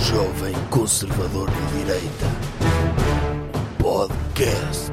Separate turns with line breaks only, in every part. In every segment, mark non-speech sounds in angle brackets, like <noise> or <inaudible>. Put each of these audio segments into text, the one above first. Jovem Conservador de Direita. Podcast.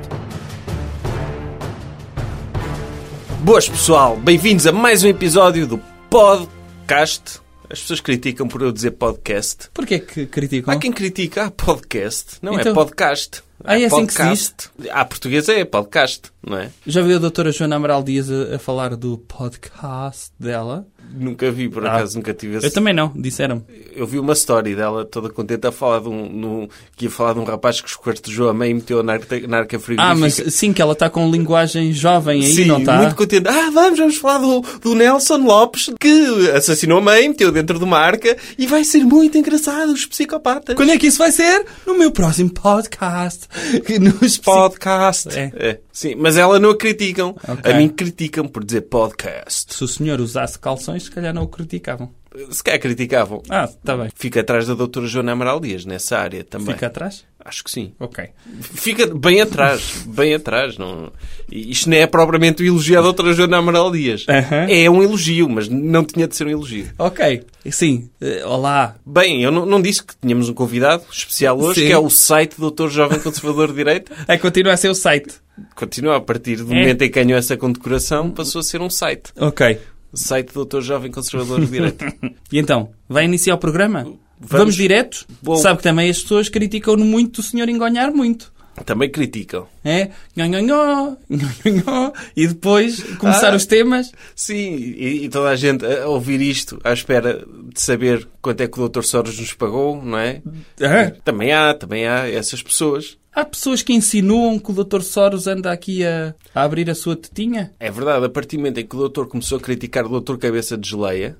Boas pessoal, bem-vindos a mais um episódio do podcast. As pessoas criticam por eu dizer podcast.
Porquê que criticam?
Há quem critica, ah, podcast. Não é
Então-
podcast.
Ah, é assim que se
podcast. Ah, português é podcast, não é?
Já viu a doutora Joana Amaral Dias a, a falar do podcast dela?
Nunca vi, por
Ah.
acaso, nunca tive esse...
Eu também não, disseram
Eu vi uma story dela toda contente a falar de um, num- que ia falar de um rapaz que esquartejou a mãe e meteu na arca, na arca frigorífica.
Ah, mas sim, que ela está com linguagem jovem aí,
Sim,
não tá. está?
muito contente. Ah, vamos, vamos falar do, do Nelson Lopes que assassinou a mãe, meteu dentro de uma arca e vai ser muito engraçado, os psicopatas.
Quando é que isso vai ser? No meu próximo podcast. Que Nos
Podcast.
É.
É, Sim, mas ela não a criticam.
Ok.
A mim criticam por dizer podcast.
Se o senhor usasse calções, se calhar não o criticavam.
Se calhar criticavam.
Ah, está bem.
Fica atrás da doutora Joana Amaral Dias nessa área também.
Fica atrás?
Acho que sim.
Ok.
Fica bem atrás, bem atrás. Não... Isto não é propriamente o elogio à doutora Joana Amaral Dias.
Aham.
É um elogio, mas não tinha de ser um elogio.
Ok. Sim. Eh, olá.
Bem, eu não, não disse que tínhamos um convidado especial hoje,
Sim.
que é o site do Dr. Jovem Conservador de Direita.
É, continua a ser o site.
Continua a partir do
É.
momento em que ganhou essa condecoração, passou a ser um site.
Ok.
O site do Dr. Jovem Conservador de Direita.
E então, vai iniciar o programa? Vamos, direto?
Bom.
Sabe que também as pessoas criticam-no muito o senhor engonhar muito.
Também criticam.
É? Nhó, nhó, nhó, <laughs> nhó, nhó, nhó. E depois começar
Ah.
os temas.
Sim, e, e toda a gente a a ouvir isto à espera de saber quanto é que o Dr. Soros nos pagou, não é?
Ah,
Também há, também há essas pessoas.
Há pessoas que insinuam que o Dr. Soros anda aqui a, a abrir a sua tetinha.
É verdade, a partir do momento em que o doutor começou a criticar o Dr. Cabeça de Geleia,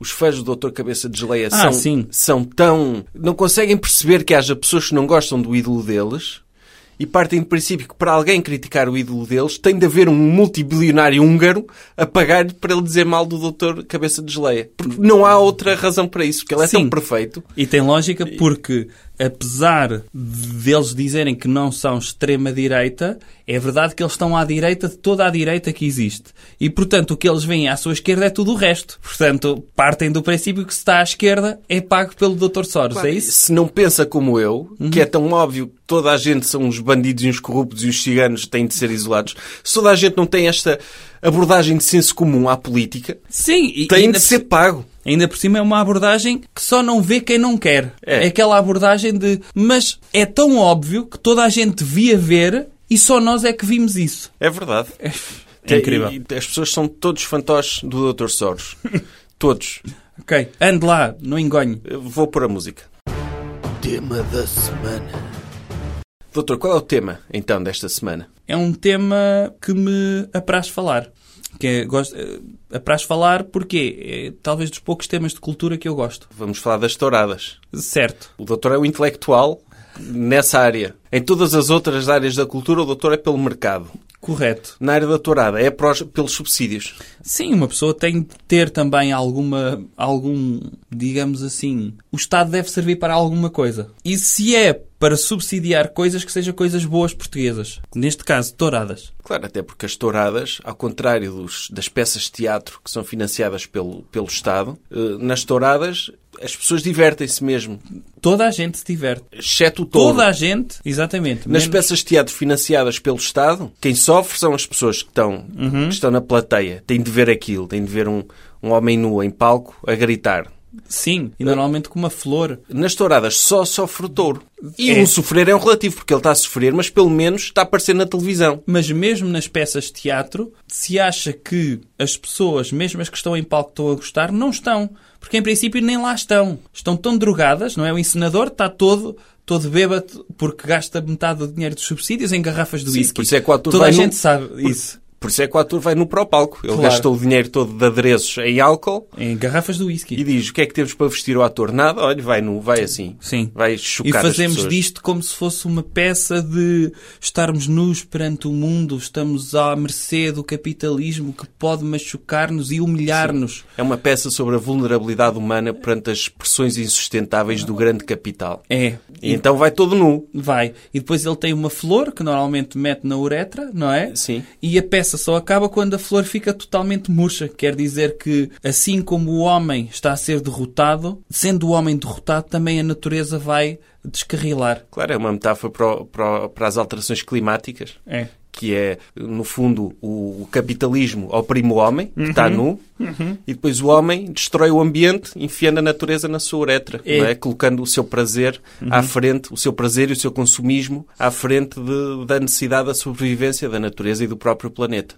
os fãs do Dr. Cabeça de Geleia
Hum. Ah,
são,
sim.
são tão. não conseguem perceber que haja pessoas que não gostam do ídolo deles e partem do princípio que para alguém criticar o ídolo deles tem de haver um multibilionário húngaro a pagar para ele dizer mal do Dr. Cabeça de Geleia. Porque não há outra razão para isso, porque ele é tão
Hum. Sim.
perfeito.
E tem lógica porque, apesar deles dizerem que não são extrema-direita, é verdade que eles estão à direita de toda a direita que existe. E, portanto, o que eles veem à sua esquerda é tudo o resto. Portanto, partem do princípio que se está à esquerda é pago pelo Dr. Soros, é isso?
Se não pensa como eu,
Uhum.
que é tão óbvio que toda a gente são uns bandidos e uns corruptos e os ciganos têm de ser isolados, se toda a gente não tem esta abordagem de senso comum à política,
Sim. e-
tem
ainda
de ser pago.
Ainda por cima é uma abordagem que só não vê quem não quer.
É.
É, aquela abordagem de mas é tão óbvio que toda a gente via ver e só nós é que vimos isso.
É verdade.
É incrível.
E- e As pessoas são todos fantoches do Dr.
<laughs>
Soros. todos.
Ok, ande lá, não engonhe.
Eu Vou pôr a música.
Tema da semana.
Doutor, qual é o tema, então, desta semana?
É um tema que me apraz falar. Que é, gosto, eh, apraz falar porque é talvez dos poucos temas de cultura que eu gosto.
Vamos falar das touradas.
Certo.
O doutor é um intelectual nessa área. Em todas as outras áreas da cultura, o doutor é pelo mercado.
Correto.
Na área da tourada, é prós- pelos subsídios.
Sim, uma pessoa tem de ter também alguma, algum, digamos assim, o Estado deve servir para alguma coisa. E se é para subsidiar coisas, que sejam coisas boas portuguesas. Neste caso, touradas.
Claro, até porque as touradas, ao contrário dos- das peças de teatro que são financiadas pelo, pelo Estado, eh, nas touradas as pessoas divertem-se mesmo,
Toda a gente se diverte.
exceto o touro.
Toda a gente, exatamente.
Nas
Menos-
peças de teatro financiadas pelo Estado, quem sofre são as pessoas que estão,
Uhum.
que estão na plateia. Têm de ver aquilo, têm de ver um, um homem nu em palco a gritar.
Sim, e normalmente com uma flor.
Nas touradas só sofre o touro. E
É.
um sofrer é um relativo, porque ele está a sofrer, mas pelo menos está a aparecer na televisão.
Mas mesmo nas peças de teatro, se acha que as pessoas, mesmo as que estão em palco, estão a gostar, não estão. Porque em princípio nem lá estão. Estão tão drogadas, não é? O encenador está todo, todo bêbado porque gasta metade do dinheiro dos subsídios em garrafas de
Sim,
whisky.
por isso é que o ator
Toda
vai
a
num-
gente sabe isso.
Por isso é que o ator vai no pró-palco. Ele
Claro.
gastou o dinheiro todo de adereços em álcool
Em garrafas de
e
whisky.
diz o que é que temos para vestir o ator? Nada, olha, vai nu, vai assim.
Sim.
Vai
E
chocar as
fazemos
pessoas.
disto como se fosse uma peça de estarmos nus perante o mundo, estamos à mercê do capitalismo que pode machucar-nos e humilhar-nos.
É uma peça sobre a vulnerabilidade humana perante as pressões insustentáveis do grande capital.
É.
E então vai todo nu.
Vai. E depois ele tem uma flor que normalmente mete na uretra, não é?
Sim.
E a peça conversa só acaba quando a flor fica totalmente murcha. Quer dizer que, assim como o homem está a ser derrotado, sendo o homem derrotado, também a natureza vai descarrilar.
Claro, é uma metáfora para, o- para o- para as alterações climáticas,
É.
que é, no fundo, o, o capitalismo oprime o homem, que está nu, e depois o homem destrói o ambiente, enfiando a natureza na sua uretra,
É.
não é? colocando o seu prazer à frente, o seu prazer e o seu consumismo à frente de- da necessidade da sobrevivência da natureza e do próprio planeta.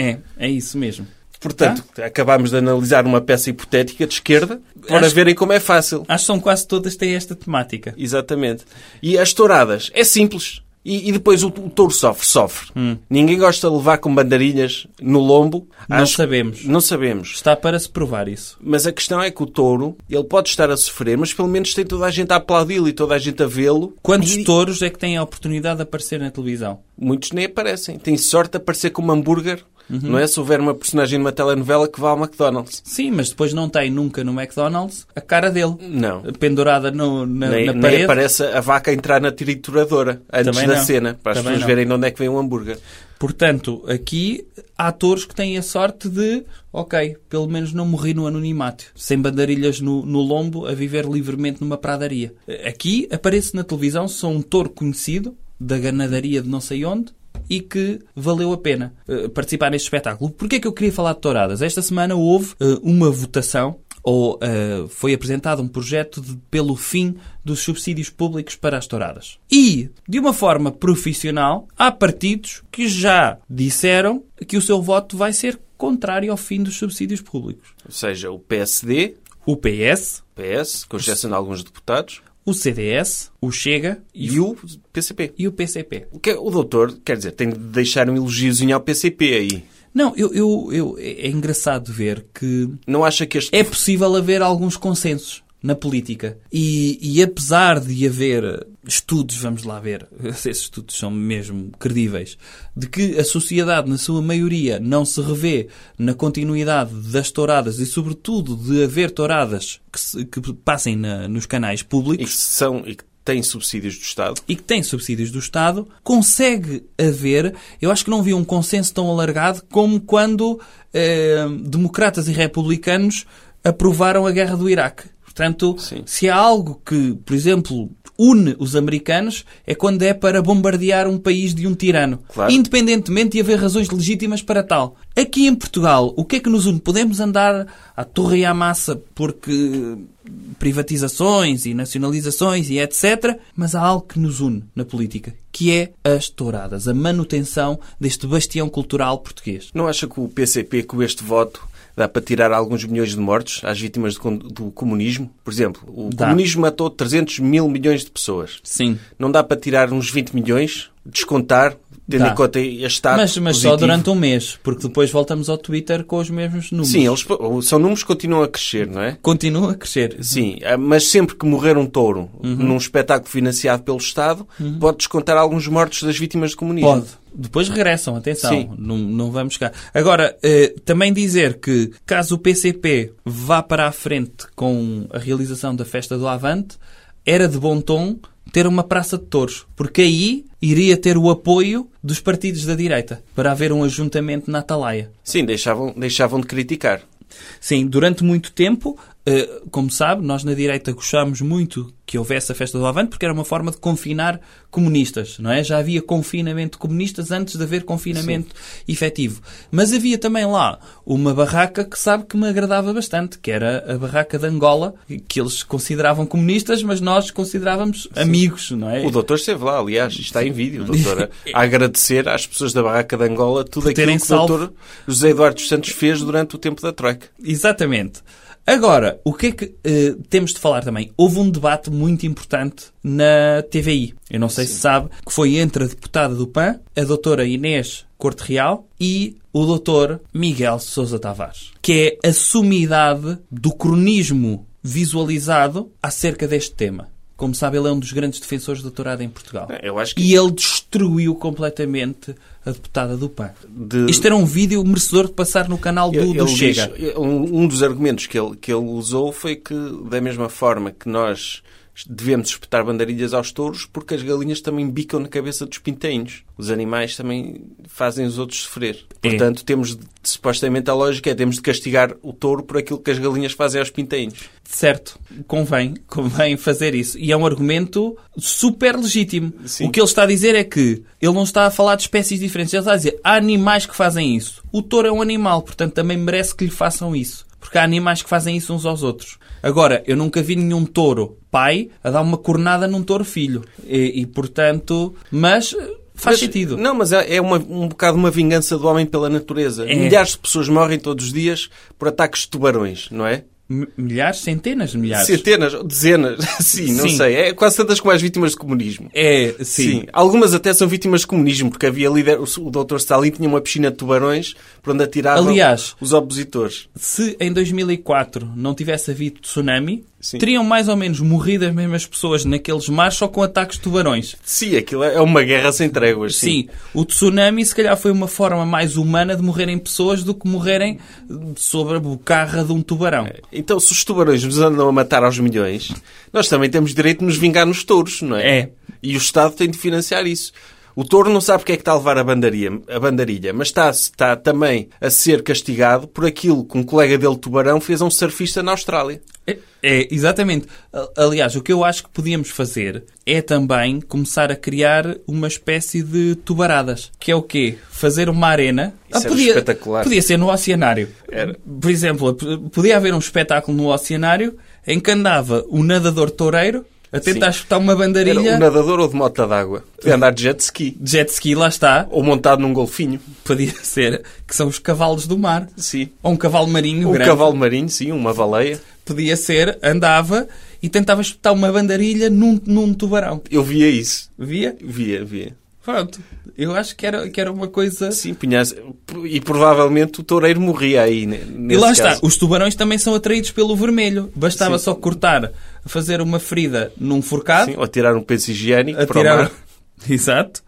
É, é isso mesmo.
Portanto, acabámos de analisar uma peça hipotética de esquerda para
Acho-
verem como é fácil.
Acho que são quase todas têm esta temática.
Exatamente. E as touradas é simples. E, e depois o, o touro sofre, sofre. Ninguém gosta de levar com bandeirinhas no lombo.
Hum. Não sabemos.
Não sabemos.
Está para se provar isso.
Mas a questão é que o touro, ele pode estar a sofrer, mas pelo menos tem toda a gente a aplaudi-lo e toda a gente a vê-lo.
Quantos
E
touros é que têm a oportunidade de aparecer na televisão?
Muitos nem aparecem. Tem sorte de aparecer com um hambúrguer.
Uhum.
Não é? Se houver uma personagem numa telenovela que vá ao McDonald's.
Sim, mas depois não tem nunca no McDonald's a cara dele.
Não.
Pendurada no- na,
Nem,
na
nem
parede.
aparece a vaca a entrar na trituradora antes
Também
da
não.
cena, para as
Também
pessoas
não.
verem de onde é que vem o hambúrguer.
Portanto, aqui há atores que têm a sorte de, ok, pelo menos não morri no anonimato, sem bandeirilhas no, no lombo, a viver livremente numa pradaria. Aqui apareço na televisão, sou um touro conhecido, da ganadaria de não sei onde, e que valeu a pena eh, participar neste espetáculo. Porquê é que eu queria falar de touradas? Esta semana houve eh, uma votação ou eh, foi apresentado um projeto de- pelo fim dos subsídios públicos para as touradas. E, de uma forma profissional, há partidos que já disseram que o seu voto vai ser contrário ao fim dos subsídios públicos.
Ou seja, o PSD,
O PS,
PS, com exceção de alguns deputados,
o CDS, o Chega e,
e o PCP.
e o PCP.
O, que, é, o doutor, quer dizer, tem de deixar um elogiozinho ao PCP aí.
Não, eu, eu, eu, é é engraçado ver que
Não acha que este...
é possível haver alguns consensos na política. E, e apesar de haver estudos, vamos lá ver, <laughs> se esses estudos são mesmo credíveis, de que a sociedade, na sua maioria, não se revê na continuidade das touradas e, sobretudo, de haver touradas que, se- que passem na- nos canais
E que
públicos
são e que têm subsídios do Estado.
e que tem subsídios do Estado, consegue haver, eu acho que não vi um consenso tão alargado como quando eh, democratas e republicanos aprovaram a guerra do Iraque. Portanto,
Sim.
se há algo que, por exemplo, une os americanos, é quando é para bombardear um país de um tirano.
Claro.
Independentemente de haver razões legítimas para tal. Aqui em Portugal, o que é que nos une? Podemos andar à torre e à massa porque privatizações e nacionalizações e etc. Mas há algo que nos une na política, que é as touradas, a manutenção deste bastião cultural português.
Não acha que o PCP, com este voto, dá para tirar alguns milhões de mortos às vítimas do, con- do comunismo? Por exemplo, o
Dá.
comunismo matou 300 mil milhões de pessoas.
Sim.
Não dá para tirar uns 20 milhões, descontar, tendo
Dá.
em conta este ato
Mas, mas só
Tá positivo?
durante um mês, porque depois voltamos ao Twitter com os mesmos números.
Sim, eles, são números que continuam a crescer, não é?
Continua a crescer.
Sim, eh, mas sempre que morrer um touro
Uhum.
num espetáculo financiado pelo Estado, pode descontar alguns mortos das vítimas do comunismo.
Pode. Depois regressam, atenção.
Sim.
Não, não vamos cá. Agora, eh, também dizer que caso o PCP vá para a frente com a realização da festa do Avante, era de bom tom ter uma praça de touros, porque aí iria ter o apoio dos partidos da direita para haver um ajuntamento na Atalaia.
Sim, deixavam, deixavam de criticar.
Sim, durante muito tempo, eh, como sabe, nós na direita gostámos muito que houvesse a festa do Avante porque era uma forma de confinar comunistas, não é? Já havia confinamento de comunistas antes de haver confinamento efetivo. Mas havia também lá uma barraca que sabe que me agradava bastante, que era a barraca de Angola, que eles consideravam comunistas, mas nós considerávamos amigos, não é?
O doutor esteve lá, aliás, está em vídeo, doutora, a agradecer às pessoas da Barraca de Angola tudo aquilo que
terem
o
salvo.
doutor José Eduardo dos Santos fez durante o tempo da Troika.
Exatamente. Agora, o que é que eh, temos de falar também? Houve um debate muito importante na TVI. Eu não sei se sabe, que foi entre a deputada do PAN, a doutora Inês Corte Real e o doutor Miguel Sousa Tavares, que é a sumidade do cronismo visualizado acerca deste tema. Como sabe, ele é um dos grandes defensores da doutorado em Portugal.
Eu É, acho que
E ele destruiu completamente a deputada do PAN.
de-
Isto era um vídeo merecedor de passar no canal do,
Eh, Ele
do
diz-
Chega.
um, um dos argumentos que ele, que ele usou foi que, da mesma forma que nós devemos espetar bandeirilhas aos touros porque as galinhas também bicam na cabeça dos pintainhos. Os animais também fazem os outros sofrer.
É.
Portanto, temos, de- supostamente, a lógica é temos de castigar o touro por aquilo que as galinhas fazem aos pintainhos.
Certo, convém, convém fazer isso. E é um argumento super legítimo.
Sim.
O que ele está a dizer é que ele não está a falar de espécies diferentes, ele está a dizer há animais que fazem isso. O touro é um animal, portanto também merece que lhe façam isso. Porque há animais que fazem isso uns aos outros. Agora, eu nunca vi nenhum touro pai a dar uma cornada num touro filho. E, e, portanto, mas eh, faz
Mas-
sentido.
Não, mas é é uma- um bocado uma vingança do homem pela natureza.
É.
Milhares de pessoas morrem todos os dias por ataques de tubarões, não é?
M- Milhares, centenas de milhares.
Centenas, dezenas, <laughs> sim, não
Sim.
sei. É quase tantas como as vítimas de comunismo.
É, sim.
Sim. Algumas até são vítimas de comunismo, porque havia líder, o, o Dr. Stalin tinha uma piscina de tubarões para onde atiravam
Aliás-
os opositores.
se em 2004 não tivesse havido tsunami,
Sim.
teriam mais ou menos morrido as mesmas pessoas naqueles mares só com ataques de tubarões.
Sim, aquilo é uma guerra sem tréguas. Sim.
Sim. o tsunami se calhar foi uma forma mais humana de morrerem pessoas do que morrerem eh, sobre a bocarra de um tubarão.
Então, se os tubarões nos andam a matar aos milhões, nós também temos direito de nos vingar nos touros, não é?
É.
E o Estado tem de financiar isso. O touro não sabe porque é que está a levar a bandaria- a bandarilha, mas está, está também a ser castigado por aquilo que um colega dele, tubarão, fez a um surfista na Austrália.
É, é, exatamente. A- Aliás, o que eu acho que podíamos fazer é também começar a criar uma espécie de tubaradas. Que é o quê? Fazer uma arena. Ah,
Isso era espetacular.
Podia ser no oceanário. Por exemplo, p- podia haver um espetáculo no oceanário em que andava o nadador toureiro a tentar espetar uma
Era
bandarilha
um nadador ou de mota d'água. Podia andar de jet ski.
de jet ski, lá está.
Ou montado num golfinho.
Podia <laughs> ser que são os cavalos do mar.
Sim.
Ou um cavalo marinho
Um
grande.
cavalo marinho, sim, uma baleia.
Podia ser, andava e tentava espetar uma bandarilha num, num tubarão.
Eu via isso.
Via?
Via, via.
Pronto, eu acho que era, que era uma coisa.
Sim, punhas... E provavelmente o toureiro morria aí, né, nesse
E lá está,
caso.
os tubarões também são atraídos pelo vermelho. Bastava só cortar, fazer uma ferida num forcado,
Sim, ou tirar um peso higiênico para o
atirar.
mar.
<laughs> Exato.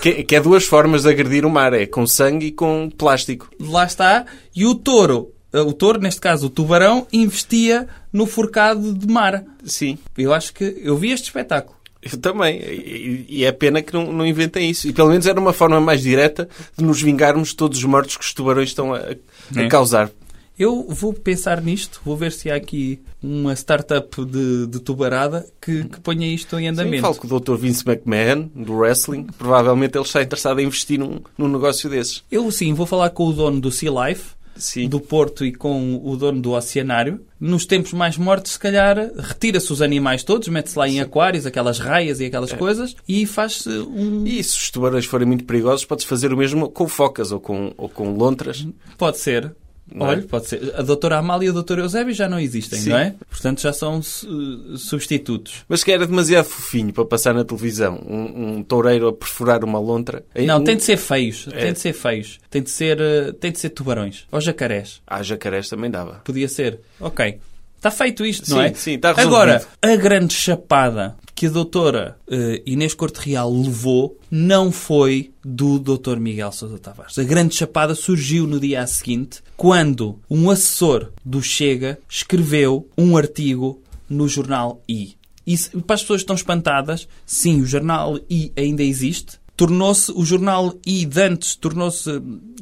Que, que é duas formas de agredir o mar. É com sangue e com plástico.
Lá está, e o touro, eh, o touro, neste caso o tubarão, investia no forcado de mar.
Sim.
Eu acho que eu vi este espetáculo.
Eu também. E, e é pena que não, não inventem isso. E pelo menos era uma forma mais direta de nos vingarmos de todos os mortos que os tubarões estão a, a
É.
causar.
Eu vou pensar nisto, vou ver se há aqui uma startup de, de tubarada que, que ponha isto em
Sim,
andamento.
falo com o Dr. Vince McMahon, do wrestling. Provavelmente ele está interessado em investir num, num negócio desses.
Eu sim, vou falar com o dono do Sea Life,
Sim.
do Porto e com o dono do Oceanário. Nos tempos mais mortos, se calhar, retira-se os animais todos, mete-se lá em aquários, aquelas raias e aquelas coisas, e faz-se um...
É. E se os tubarões forem muito perigosos, pode fazer o mesmo com focas ou com, ou com lontras.
Pode ser.
Não é?
Olha, pode ser. A doutora Amália e o doutor Eusébio já não existem,
Sim.
não é? Portanto, já são su- substitutos.
Mas que era demasiado fofinho para passar na televisão. Um, um toureiro a perfurar uma lontra.
Não,
Um- É.
tem de ser feios. Tem de ser feios. Tem de ser, eh, tem de ser tubarões. Ou jacarés.
Ah, jacarés também dava.
Podia ser. Ok. Está feito isto, não
Sim,
é?
sim, está resolvido.
Agora, a grande chapada que a doutora eh, Inês Corte Real levou não foi do doutor Miguel Sousa Tavares. A grande chapada surgiu no dia seguinte, quando um assessor do Chega escreveu um artigo no jornal I. E se- para as pessoas que estão espantadas, sim, o jornal I ainda existe. Tornou-se o jornal I de antes, tornou-se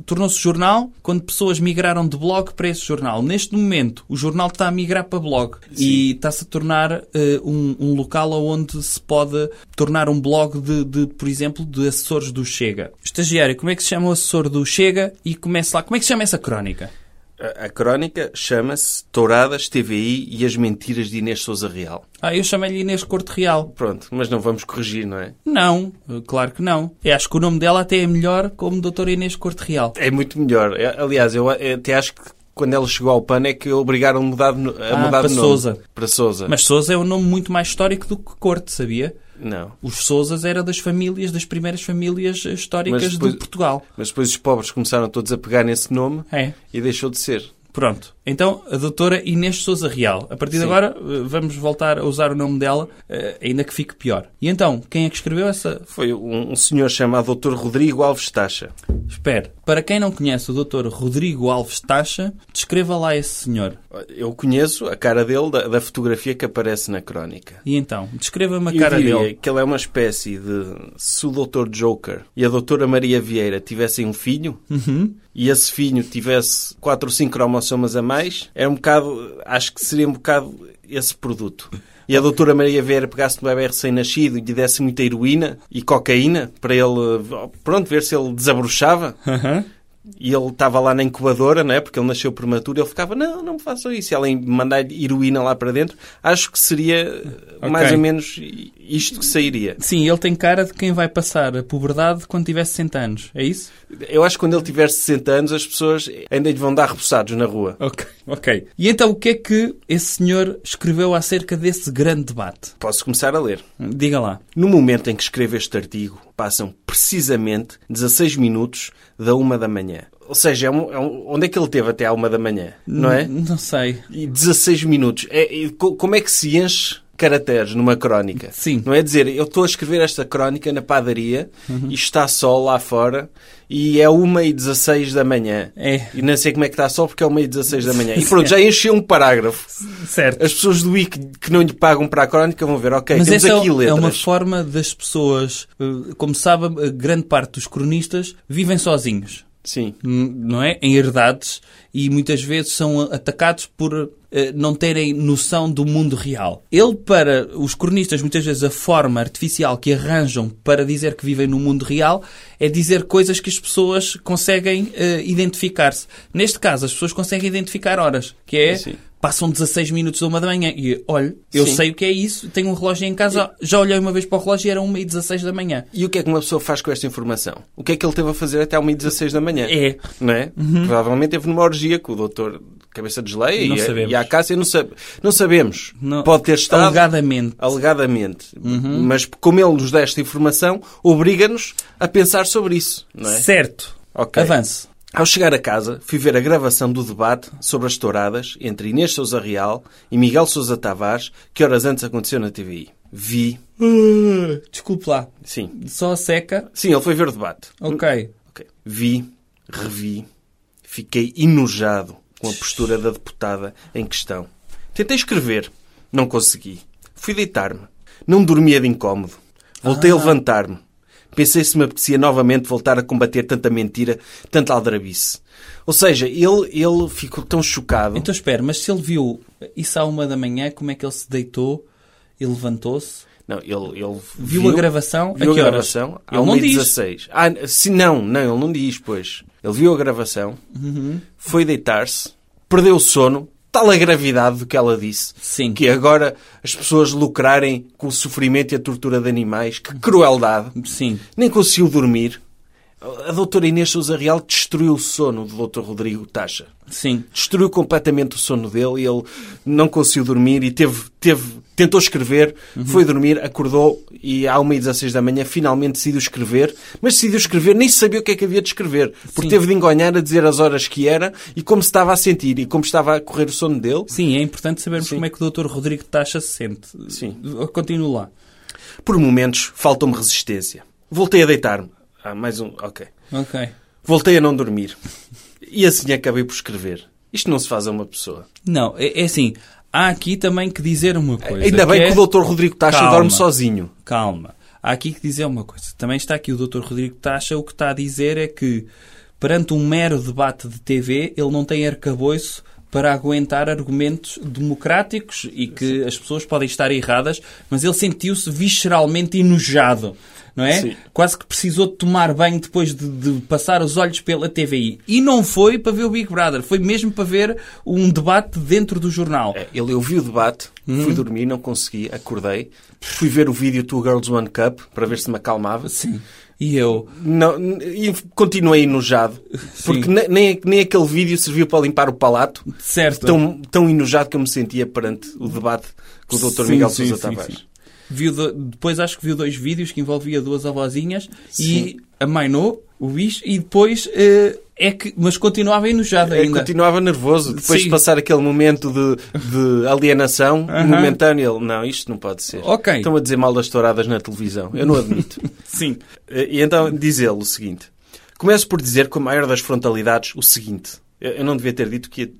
tornou jornal quando pessoas migraram de blog para esse jornal. Neste momento, o jornal está a migrar para blog e está-se a tornar eh, um, um local onde se pode tornar um blog de, de, por exemplo, de assessores do Chega. Estagiário, como é que se chama o assessor do Chega? E comece lá. Como é que se chama essa crónica?
A, a crónica chama-se Touradas, TVI e as Mentiras de Inês Souza Real.
Ah, eu chamei-lhe Inês Corte Real.
Pronto, mas não vamos corrigir, não é?
Não, eh, claro que não. Eu acho que o nome dela até é melhor como Doutora Inês Corte Real.
É muito melhor. É- aliás, eu a- eu até acho que quando ela chegou ao PAN é que a obrigaram a mudar, de no- a
Ah,
mudar
para
de nome.
Sousa.
Para Sousa.
Mas Sousa é um nome muito mais histórico do que Corte, sabia?
Não.
Os Sousas era das famílias, das primeiras famílias históricas
Mas depois-
de Portugal.
Mas depois os pobres começaram todos a pegar nesse nome
É.
e deixou de ser.
Pronto. Então, a doutora Inês Souza Real. A partir de
Sim.
agora, eh, vamos voltar a usar o nome dela, eh, ainda que fique pior. E então, quem é que escreveu essa?
Foi um, um senhor chamado Dr. Rodrigo Alves Taxa.
Espere, para quem não conhece o Dr. Rodrigo Alves Taxa, descreva lá esse senhor.
Eu conheço a cara dele da, da fotografia que aparece na crónica.
E então, descreva-me a
Eu
cara
diria
dele.
que ele é uma espécie de... Se o Dr. Joker e a Dra Maria Vieira tivessem um filho,
Uhum.
e esse filho tivesse 4 ou 5 cromossomas a mais, era um bocado, acho que seria um bocado esse produto. E a doutora Maria Vieira pegasse no bebê recém-nascido e lhe desse muita heroína e cocaína para ele, pronto, ver se ele desabrochava.
Aham.
E ele estava lá na incubadora, não é? Porque ele nasceu prematuro. Ele ficava, não, não me façam isso. E além de mandar heroína lá para dentro, acho que seria eh,
Ok.
mais ou menos isto que sairia.
Sim, ele tem cara de quem vai passar a puberdade quando tiver 60 anos, é isso?
Eu acho que quando ele tiver 60 anos, as pessoas ainda lhe vão dar repousados na rua.
Ok, ok. E então o que é que esse senhor escreveu acerca desse grande debate?
Posso começar a ler.
Diga lá.
No momento em que escrevo este artigo, passam precisamente 16 minutos da uma da manhã. Ou seja, é um- é um- onde é que ele teve até à uma da manhã, não é?
N- Eh, Não sei.
E 16 minutos. É- e co- como é que se enche caracteres numa crónica?
Sim.
Não é dizer, eu estou a escrever esta crónica na padaria
Uhum.
e está sol lá fora e é 1 e 16 da manhã.
É.
E não sei como é que está sol porque é 1 e 16 da manhã. E pronto,
<laughs>
já encheu um parágrafo.
Certo.
As pessoas do IC que não lhe pagam para a crónica vão ver, ok,
Mas
temos
essa é-
aqui letras.
é uma forma das pessoas, eh, como sabe, a grande parte dos cronistas vivem sozinhos.
Sim.
n- não é? Em herdades e muitas vezes são atacados por eh, não terem noção do mundo real. Ele, para os cronistas, muitas vezes a forma artificial que arranjam para dizer que vivem no mundo real é dizer coisas que as pessoas conseguem eh, identificar-se. Neste caso, as pessoas conseguem identificar horas, que é.
Sim.
Passam 16 minutos da uma da manhã e, olha, eu
Sim.
sei o que é isso, tenho um relógio em casa, já olhei uma vez para o relógio e era 1 e 16 da manhã.
E o que é que uma pessoa faz com esta informação? O que é que ele teve a fazer até ao meio 16 da manhã?
É.
Não é? Provavelmente teve numa orgia com o doutor Cabeça de Geleia
Não
e, a-
sabemos.
e a Acácia. Não, sab... não sabemos.
Não-
Pode ter estado...
Alegadamente. Uhum.
Alegadamente. Mas como ele nos dá esta informação, obriga-nos a pensar sobre isso. Não é?
Certo.
Ok.
Avance.
Ao chegar a casa, fui ver a gravação do debate sobre as touradas entre Inês Sousa Real e Miguel Sousa Tavares, que horas antes aconteceu na TVI. Vi...
Ah, Desculpe lá.
Sim.
Só a seca.
Sim, ele foi ver o debate.
Ok.
Ok. Vi, revi, fiquei enojado com a postura da deputada em questão. Tentei escrever, não consegui. Fui deitar-me. Não dormia de incómodo. Voltei a levantar-me. Pensei se me apetecia novamente voltar a combater tanta mentira, tanta aldrabice. Ou seja, ele, ele ficou tão chocado.
Então espera, mas se ele viu isso à uma da manhã, como é que ele se deitou e levantou-se?
não, ele, ele
Viu, a gravação?
Viu
a que
a
horas?
gravação
Ele
ao
não
meio
diz.
16. Ah, se não, não, ele não diz, pois. Ele viu a gravação,
Uhum.
foi deitar-se, perdeu o sono, tal a gravidade do que ela disse,
Sim.
que agora as pessoas lucrarem com o sofrimento e a tortura de animais, que crueldade.
Sim.
Nem conseguiu dormir. A doutora Inês Sousa Real destruiu o sono do doutor Rodrigo Tacha.
Sim.
Destruiu completamente o sono dele e ele não conseguiu dormir e teve, teve, tentou escrever, foi dormir, acordou e à 1h16 da manhã finalmente decidiu escrever, mas decidiu escrever, nem sabia o que é que havia de escrever, porque
Sim.
teve de engonhar a dizer as horas que era e como se estava a sentir e como estava a correr o sono dele.
Sim, é importante sabermos como é que o Dr. Rodrigo Tacha se sente.
Sim.
Continuo lá.
Por momentos faltou-me resistência. Voltei a deitar-me. Ah, mais um, ok.
Ok.
Voltei a não dormir. E assim acabei por escrever. Isto não se faz a uma pessoa.
Não, é, é assim. Há aqui também que dizer uma coisa.
Ainda bem que
é-
o Dr. Rodrigo Tacha
Calma.
dorme sozinho.
Calma. Há aqui que dizer uma coisa. Também está aqui o Dr. Rodrigo Tacha. O que está a dizer é que, perante um mero debate de TV, ele não tem arcabouço para aguentar argumentos democráticos e que as pessoas podem estar erradas, mas ele sentiu-se visceralmente enojado. Não é?
Sim.
Quase que precisou de tomar banho depois de, de passar os olhos pela TVI. E não foi para ver o Big Brother, foi mesmo para ver um debate dentro do jornal.
É, Ele ouviu o debate,
Hum.
fui dormir, não consegui, acordei, fui ver o vídeo Two Girls One Cup para ver se me acalmava.
Sim. E eu.
Não, n- e continuei enojado, porque ne- nem, nem aquele vídeo serviu para limpar o palato,
Certo.
tão, tão enojado que eu me sentia perante o debate com o Dr.
Sim,
Miguel
sim,
Sousa
sim,
Tavares.
sim. Viu do- depois acho que viu dois vídeos que envolvia duas avózinhas
Sim.
e amainou o bicho e depois eh, é que mas continuava enojado
É,
ainda.
continuava nervoso, depois
Sim.
de passar aquele momento de, de alienação
<laughs> Aham.
momentâneo, ele, não, isto não pode ser.
Ok.
Estão a dizer mal das touradas na televisão, eu não admito.
<laughs> Sim.
E então diz ele o seguinte: Começo por dizer, com a maior das frontalidades, o seguinte. Eu, eu não devia ter dito que ia,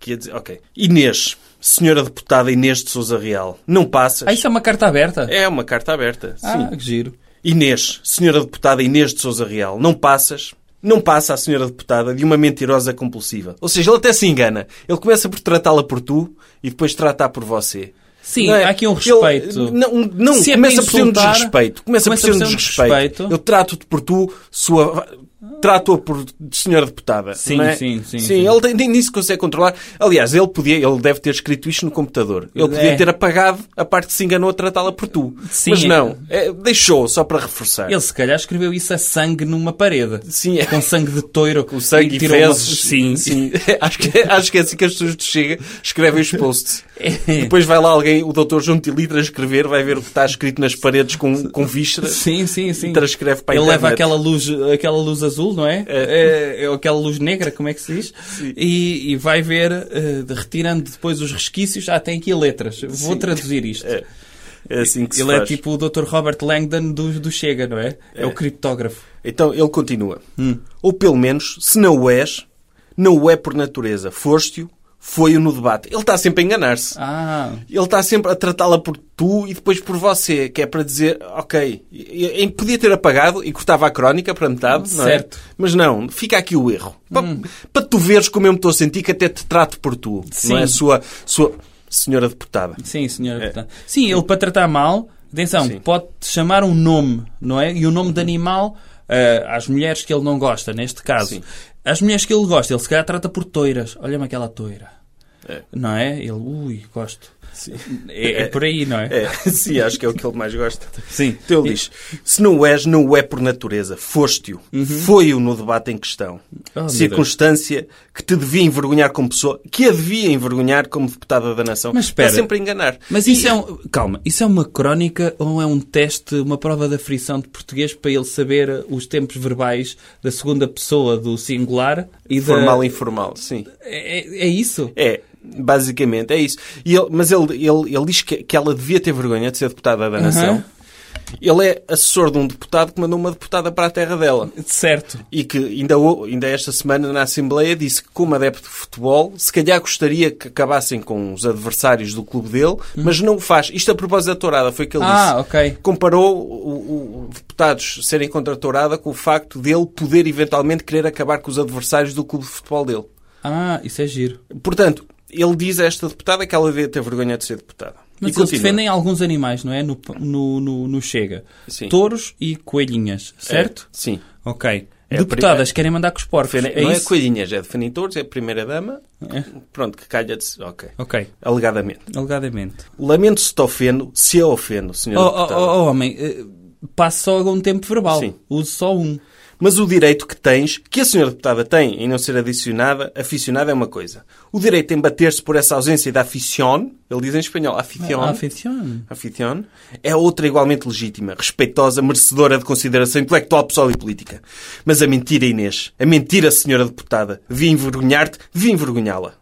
que ia dizer... Ok. Inês, senhora deputada Inês de Souza Real, não passas.
Ah, isso é uma carta aberta?
É uma carta aberta.
Ah,
Sim.
que giro.
Inês, senhora deputada Inês de Souza Real, não passas. Não passa a senhora deputada de uma mentirosa compulsiva. Ou seja, ele até se engana. Ele começa por tratá-la por tu e depois tratar por você.
Sim,
Não é?
há aqui um
Ele-
respeito.
não, não,
Se é
começa
para
por ser um
insultar,
desrespeito. Começa, por ser um desrespeito. Eu trato-te por tu, sua... Trato-a por senhora deputada.
Sim,
não é?
sim, sim,
Sim,
sim.
ele tem- nem isso consegue controlar. Aliás, ele podia, ele deve ter escrito isto no computador. Ele podia
É.
ter apagado a parte que se enganou a tratá-la por tu.
Sim,
Mas
é-
não, é, deixou só para reforçar.
Ele se calhar escreveu isso a sangue numa parede.
Sim, é.
Com sangue de toiro.
O sangue e
tirou uma-
fezes.
Sim, <laughs> sim.
<laughs> acho, que, acho que é assim que as pessoas do Chega escrevem os posts.
É.
Depois vai lá alguém, o doutor João Tilitra, escrever, vai ver o que está escrito nas paredes com, com víscera
Sim, sim, sim.
e transcreve para a
Ele leva
internet.
aquela luz, aquela luz azul, não é? É, é aquela luz negra, como é que se diz? E, e vai ver, eh, de- retirando depois os resquícios. Ah, tem aqui letras.
<laughs>
Vou traduzir isto.
É, É assim que se
Ele é
faz.
tipo o Dr. Robert Langdon do, do Chega, não é? É, o criptógrafo.
Então ele continua.
Hum.
Ou pelo menos, se não o és, não o é por natureza. Foste-o, foi-o no debate. Ele está sempre a enganar-se.
Ah,
Ele está sempre a tratá-la por tu e depois por você, que é para dizer, ok, e- e- podia ter apagado e cortava a crónica para metade, não é?
Certo. Hum.
Mas não, fica aqui o erro. Pa- Para tu veres como eu me estou a sentir, que até te trato por tu,
Sim.
não é? Sua, sua senhora deputada.
sim, senhora.
É.
deputada. Sim, ele para tratar mal, atenção, pode chamar um nome, não é? E o nome de
Uhum.
animal ah, às mulheres que ele não gosta, neste caso. As mulheres que ele gosta, ele se calhar trata por toiras. Olha-me aquela toira.
É.
Não é? Ele, ui, gosto.
Sim.
É, é por aí, não é?
É, <laughs> sim, acho que é o que ele mais gosta.
Sim.
Então ele diz: se não o és, não o é por natureza. Foste-o. Foi-o no debate em questão.
Uhum. Oh, meu
Circunstância que te devia envergonhar como pessoa, que a devia envergonhar como deputada da nação.
Mas espera.
Está sempre a enganar.
Mas isso é um. Calma, isso é uma crónica ou é um teste, uma prova da frição de português para ele saber eh, os tempos verbais da segunda pessoa do singular e da.
Formal e informal, sim.
É, é- é isso?
É, basicamente, é isso. E ele- mas ele, ele, ele diz que, que ela devia ter vergonha de ser deputada da nação. Ele é assessor de um deputado que mandou uma deputada para a terra dela.
Certo.
E que ainda, ho- ainda esta semana na Assembleia disse que, como adepto de futebol, se calhar gostaria que acabassem com os adversários do clube dele, mas não o faz. Isto a propósito da tourada, foi o que ele
Ah,
disse.
ok.
Comparou o, o- deputados serem contra a tourada com o facto dele poder eventualmente querer acabar com os adversários do clube de futebol dele.
Ah, isso é giro.
Portanto, ele diz a esta deputada que ela devia ter vergonha de ser deputada.
Mas
e
eles
continua.
defendem alguns animais, não é? No, no, no- no Chega.
Sim.
Touros e coelhinhas, certo?
É, Sim.
Ok.
É a
Deputadas
primeira-
querem mandar com os porcos.
Defendem-
é
não
isso?
é coelhinhas, é defendem todos, é a primeira-dama.
É.
Pronto, que calha de... Ok.
Ok.
Alegadamente.
Alegadamente.
Lamento se te ofendo, se a ofendo, senhor
Oh, oh,
deputado.
oh, oh, homem, eh, passe só algum tempo verbal.
Sim.
Use só um.
Mas o direito que tens, que a senhora deputada tem em não ser adicionada, aficionada é uma coisa. O direito em bater-se por essa ausência da aficion, ele diz em espanhol, aficion,
Ah, aficione.
aficion, é outra igualmente legítima, respeitosa, merecedora de consideração intelectual, pessoal e política. Mas a mentira, Inês, a mentira, senhora deputada, devia envergonhar-te, devia envergonhá-la.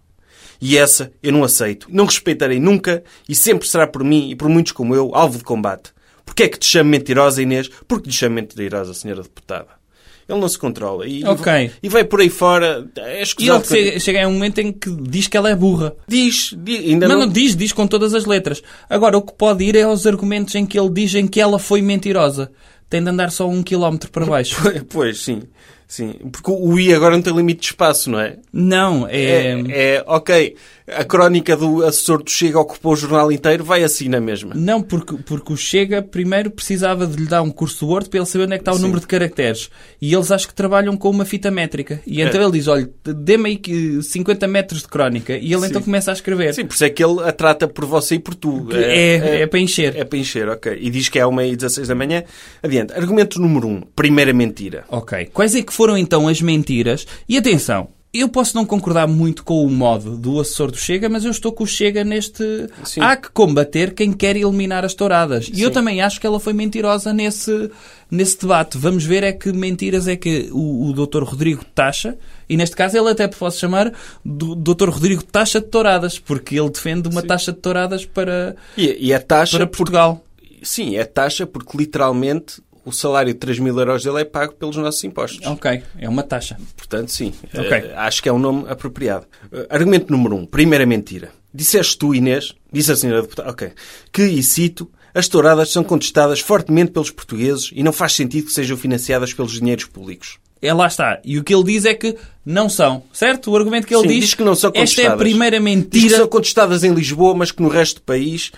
E essa eu não aceito. Não respeitarei nunca e sempre será por mim e por muitos como eu alvo de combate. Porquê é que te chamo mentirosa, Inês? Porque te chamo mentirosa, senhora deputada. Ele não se controla. E,
Ok.
e vai por aí fora. É
E ele
escusado.
chega, chega a um momento em que diz que ela é burra.
Diz, diz, ainda
Mas
não...
não diz, diz com todas as letras. Agora, o que pode ir é aos argumentos em que ele diz em que ela foi mentirosa. Tem de andar só um quilómetro para baixo.
<laughs> <laughs> Pois, sim. Sim. Porque o I agora não tem limite de espaço, não é?
Não, é...
É, é, ok. A crónica do assessor do Chega ocupou o jornal inteiro, vai assim na mesma.
Não, porque, porque o Chega primeiro precisava de lhe dar um curso Word para ele saber onde é que está o número de caracteres. E eles acho que trabalham com uma fita métrica. E então
É.
ele diz, olha, dê-me aí que 50 metros de crónica. E ele então começa a escrever.
Sim, por isso é que ele a trata por você e por tu.
Que é, é, para encher.
É para encher, ok. E diz que é 1 e 16 da manhã. Adiante. Argumento número 1. Primeira mentira.
Ok. Quais é que foram então as mentiras? E atenção, eu posso não concordar muito com o modo do assessor do Chega, mas eu estou com o Chega neste.
Sim.
Há que combater quem quer eliminar as touradas. E eu também acho que ela foi mentirosa nesse, nesse debate. Vamos ver é que mentiras é que o, o Dr. Rodrigo taxa. E neste caso ele até posso chamar do Dr. Rodrigo taxa de touradas, porque ele defende uma taxa de touradas para,
E, e a taxa...
para
por-
Portugal.
Sim, é taxa porque literalmente o o salário de 3 mil euros dele é pago pelos nossos impostos.
Ok, é uma taxa.
Portanto, sim.
Ok.
Eh, acho que é um nome apropriado. Eh, argumento número um. Primeira mentira. Disseste tu, Inês, disse a senhora deputada, ok, que, e cito, as touradas são contestadas fortemente pelos portugueses e não faz sentido que sejam financiadas pelos dinheiros públicos.
É lá está. E o que ele diz é que não são. Certo? O argumento que ele
Sim,
diz,
diz que não são
Esta é a
contestadas.
primeira
Diz que
mentira.
são contestadas em Lisboa, mas que no resto do país,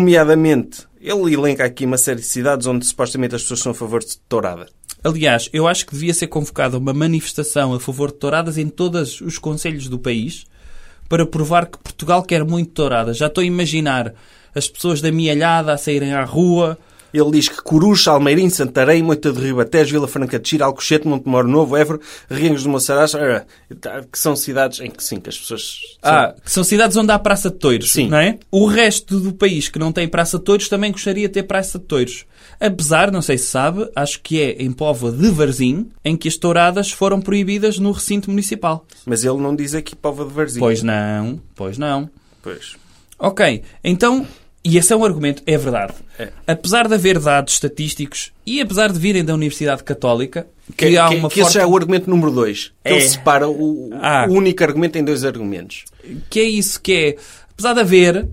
nomeadamente, ele elenca aqui uma série de cidades onde supostamente as pessoas são a favor de tourada.
Aliás, eu acho que devia ser convocada uma manifestação a favor de touradas em todos os conselhos do país para provar que Portugal quer muito touradas. Já estou a imaginar as pessoas da Mialhada a saírem à rua.
Ele diz que Coruja, Almeirim, Santarém, Moita de Ribatejo, Vila Franca de Xira, Alcochete, Montemor Novo, Évora, Riengos do Monsaraz, eh, que são cidades em que sim, que as pessoas... são-
Ah, que são cidades onde há praça de touros,
Sim.
não é? O resto do país que não tem praça de touros também gostaria de ter praça de touros. Apesar, não sei se sabe, acho que é em Póvoa de Varzim, em que as touradas foram proibidas no recinto municipal.
Mas ele não diz aqui Pova de Varzim.
Pois não, pois não.
Pois.
Ok, então, e esse é um argumento, é verdade.
É.
Apesar de haver dados estatísticos e apesar de virem da Universidade Católica, que,
Que,
há
que-
uma
que esse
forte...
já é o argumento número dois. Que
É.
Ele separa o, o
Ah.
único argumento em dois argumentos.
que é isso que é, apesar de haver,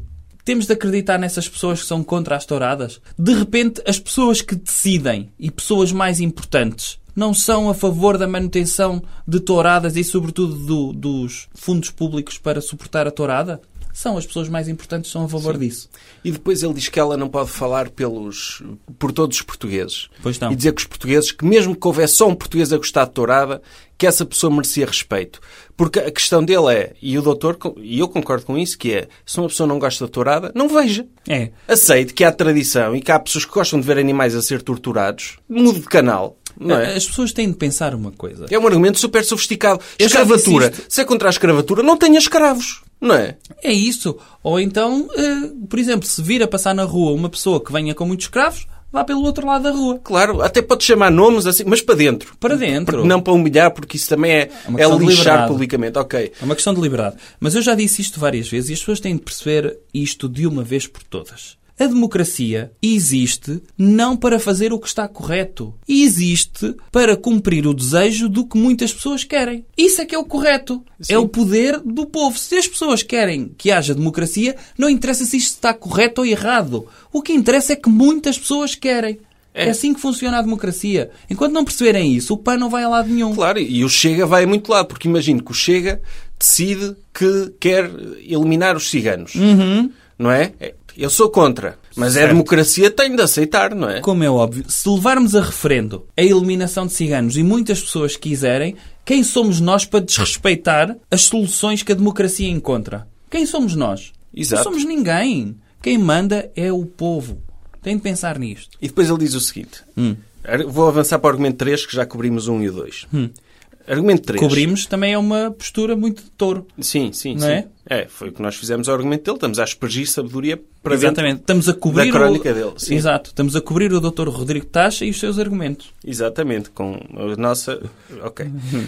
temos de acreditar nessas pessoas que são contra as touradas. De repente, as pessoas que decidem e pessoas mais importantes não são a favor da manutenção de touradas e, sobretudo, do- dos fundos públicos para suportar a tourada? São as pessoas mais importantes que são a favor disso.
E depois ele diz que ela não pode falar pelos, por todos os portugueses.
Pois não.
E dizer que os portugueses, que mesmo que houvesse só um português a gostar de tourada, que essa pessoa merecia respeito. Porque a questão dele é, e o doutor, co- e eu concordo com isso, que é, se uma pessoa não gosta de tourada, não veja.
É.
Aceite que há tradição e que há pessoas que gostam de ver animais a ser torturados. Mude de canal. Não é?
As pessoas têm de pensar uma coisa.
É um argumento super sofisticado.
Eu já
Escravatura.
disse
Se é contra a escravatura, não tenha escravos. Não é?
É isso. Ou então, eh, por exemplo, se vir a passar na rua uma pessoa que venha com muitos escravos, vá pelo outro lado da rua.
Claro, até pode chamar nomes assim, mas para dentro.
Para dentro.
Não para humilhar, porque isso também é,
uma
é
questão de
lixar
liberdade.
publicamente. Ok.
É uma questão de liberdade. Mas eu já disse isto várias vezes e as pessoas têm de perceber isto de uma vez por todas. A democracia existe não para fazer o que está correto. Existe para cumprir o desejo do que muitas pessoas querem. Isso é que é o correto. É o poder do povo. Se as pessoas querem que haja democracia, não interessa se isto está correto ou errado. O que interessa é que muitas pessoas querem. É, assim que funciona a democracia. Enquanto não perceberem isso, o PAN não vai a lado nenhum.
Claro, e o Chega vai a muito lado, porque imagino que o Chega decide que quer eliminar os ciganos.
Uhum.
Não é? É, Eu sou contra. Mas é a democracia, tenho de aceitar, não é?
Como é óbvio, se levarmos a referendo a eliminação de ciganos e muitas pessoas quiserem, quem somos nós para desrespeitar as soluções que a democracia encontra? Quem somos nós?
Exato.
Não somos ninguém. Quem manda é o povo. Tem de pensar nisto.
E depois ele diz o seguinte.
Hum.
Ar- Vou avançar para o argumento 3, que já cobrimos 1 e o 2. Argumento 3.
Hum. Cobrimos também é uma postura muito de touro.
Sim, sim,
Não
sim.
é?
foi o que nós fizemos ao argumento dele. Estamos a aspergir sabedoria para dentro.
Exatamente. Estamos a cobrir
Da crónica
o...
dele, sim.
Exato. Estamos a cobrir o Dr. Rodrigo Tacha e os seus argumentos.
Exatamente, com a nossa. Ok.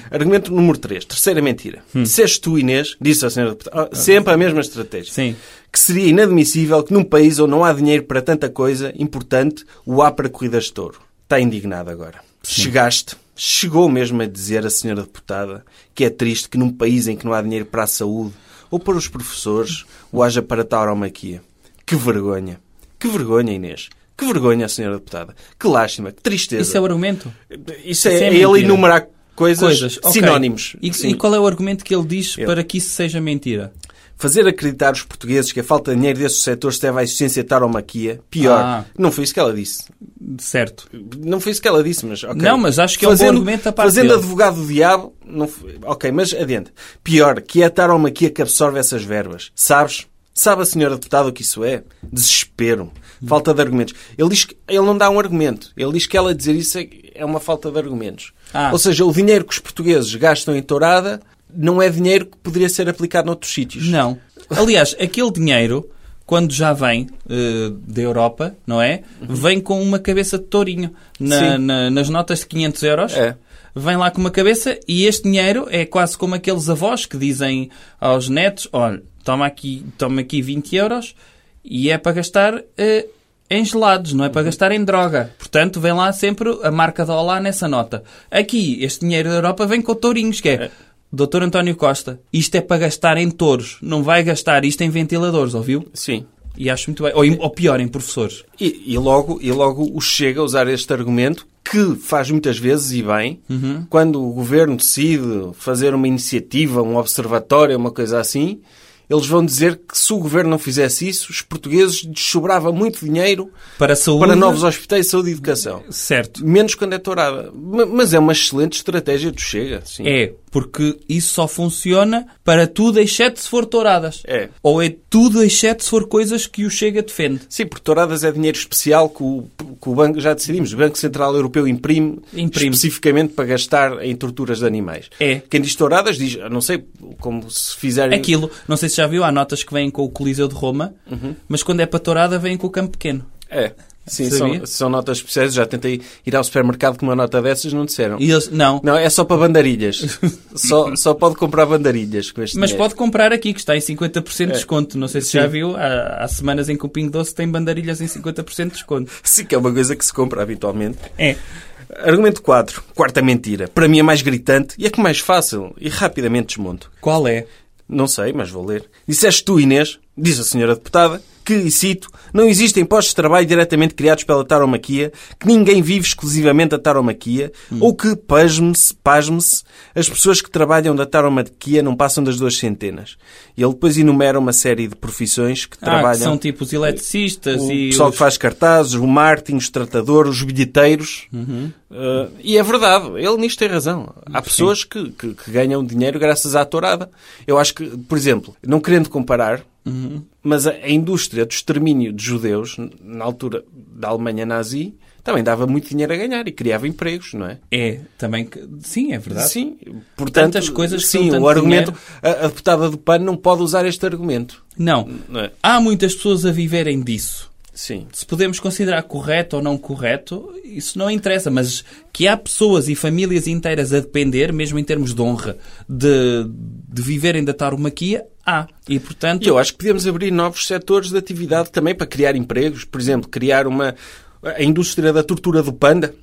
Argumento número 3. Terceira mentira.
Hum.
Disseste tu, Inês, disse a senhora deputada, ah, sempre a mesma estratégia.
Sim.
Que seria inadmissível que num país onde não há dinheiro para tanta coisa importante, o há para corridas de touro. Está indignado agora. Chegaste, chegou mesmo a dizer a senhora deputada que é triste que num país em que não há dinheiro para a saúde ou para os professores, o haja para tauromaquia. Que vergonha. Que vergonha, Inês. Que vergonha, senhora deputada. Que lástima, que tristeza.
Isso é o argumento?
Isso é,
Isso é
é
mentira.
ele enumerar coisas,
Coisas. ok.
sinónimos.
E,
Sim.
e qual é o argumento que ele diz
Ele.
para que isso seja mentira?
Fazer acreditar os portugueses que a falta de dinheiro desses setores se deve à existência de tauromaquia. Pior.
Ah.
Não foi isso que ela disse.
Certo.
Não foi isso que ela disse, mas... ok.
Não, mas acho que é um bom argumento da parte
Fazendo
dele.
advogado do diabo... Não foi- Ok, mas adiante. Pior, que é a tauromaquia que absorve essas verbas. Sabes? Sabe a senhora deputada o que isso é? Desespero. Falta de argumentos. Ele diz que... Ele não dá um argumento. Ele diz que ela dizer isso é- é uma falta de argumentos.
Ah.
Ou seja, o dinheiro que os portugueses gastam em tourada não é dinheiro que poderia ser aplicado noutros sítios.
Não. Aliás, aquele dinheiro, quando já vem eh, da Europa, não é? Vem com uma cabeça de tourinho. Na-
Uhum. Sim.
na- nas notas de 500 euros,
É.
vem lá com uma cabeça e este dinheiro é quase como aqueles avós que dizem aos netos: olha, toma aqui, toma aqui 20 euros e é para gastar eh, em gelados, não é
Uhum.
para gastar em droga. Portanto, vem lá sempre a marca da Olá nessa nota. Aqui, este dinheiro da Europa vem com tourinhos, que é... Doutor António Costa, isto é para gastar em touros, não vai gastar isto em ventiladores, ouviu?
Sim.
E acho muito bem. Ou, em- ou pior, em professores.
E, e logo, e logo o Chega a usar este argumento, que faz muitas vezes e bem, quando o governo decide fazer uma iniciativa, um observatório, uma coisa assim, eles vão dizer que se o governo não fizesse isso, os portugueses lhes sobrava muito dinheiro
Para a saúde...
para novos hospitais, saúde e educação.
Certo.
Menos quando é tourada. Ma- Mas é uma excelente estratégia do Chega. Sim.
É, porque isso só funciona para tudo exceto se for touradas.
É.
Ou é tudo exceto se for coisas que o Chega defende.
Sim, porque touradas é dinheiro especial que o, que o banco, já decidimos, o Banco Central Europeu imprime,
Imprime.
especificamente para gastar em torturas de animais.
É.
Quem diz touradas diz, eu não sei, como se fizerem...
Aquilo, não sei se já viu, há notas que vêm com o Coliseu de Roma,
Uhum.
mas quando é para tourada vêm com o campo pequeno.
É. Sim,
Sabia?
são, são notas especiais. Já tentei ir ao supermercado com uma nota dessas, não disseram.
E eles, não,
Não, é só para bandarilhas.
<laughs>
só, só pode comprar bandarilhas com este
mas
dinheiro.
pode comprar aqui, que está em 50% de
É.
desconto. Não sei se já viu, há, há semanas em que o Pingo Doce tem bandarilhas em 50% de desconto.
Sim, que é uma coisa que se compra habitualmente.
É,
Argumento 4. Quarta mentira. Para mim é mais gritante e é que mais fácil. E rapidamente desmonto.
qual é?
Não sei, mas vou ler. Disseste tu, Inês, diz a senhora deputada, que, e cito, não existem postos de trabalho diretamente criados pela taromaquia, que ninguém vive exclusivamente da taromaquia,
Hum.
ou que, pasme-se, pasme-se, as pessoas que trabalham da taromaquia não passam das duas centenas. E ele depois enumera uma série de profissões que
Ah, que
trabalham...
são tipo os eletricistas
O
e
pessoal
os-
que faz cartazes, o marketing, os tratadores, os bilheteiros.
Uhum.
Uh, e é verdade, ele nisto tem razão. Há pessoas que, que- que ganham dinheiro graças à tourada. Eu acho que, por exemplo, não querendo comparar,
Uhum.
mas a, a indústria do extermínio de judeus, n- na altura da Alemanha nazi, também dava muito dinheiro a ganhar e criava empregos, não é?
É, também... que- Sim, é verdade.
Sim, portanto,
Tantas coisas que
sim,
dão
o
tanto
argumento, a, a deputada do PAN não pode usar este argumento,
Não,
não é?
Há muitas pessoas a viverem disso.
Sim.
Se podemos considerar correto ou não correto, isso não interessa, mas que há pessoas e famílias inteiras a depender, mesmo em termos de honra, de, de viverem da taromaquia, há. E portanto,
E eu acho que podemos abrir novos setores de atividade também para criar empregos. Por exemplo, criar uma. A indústria da tortura do panda.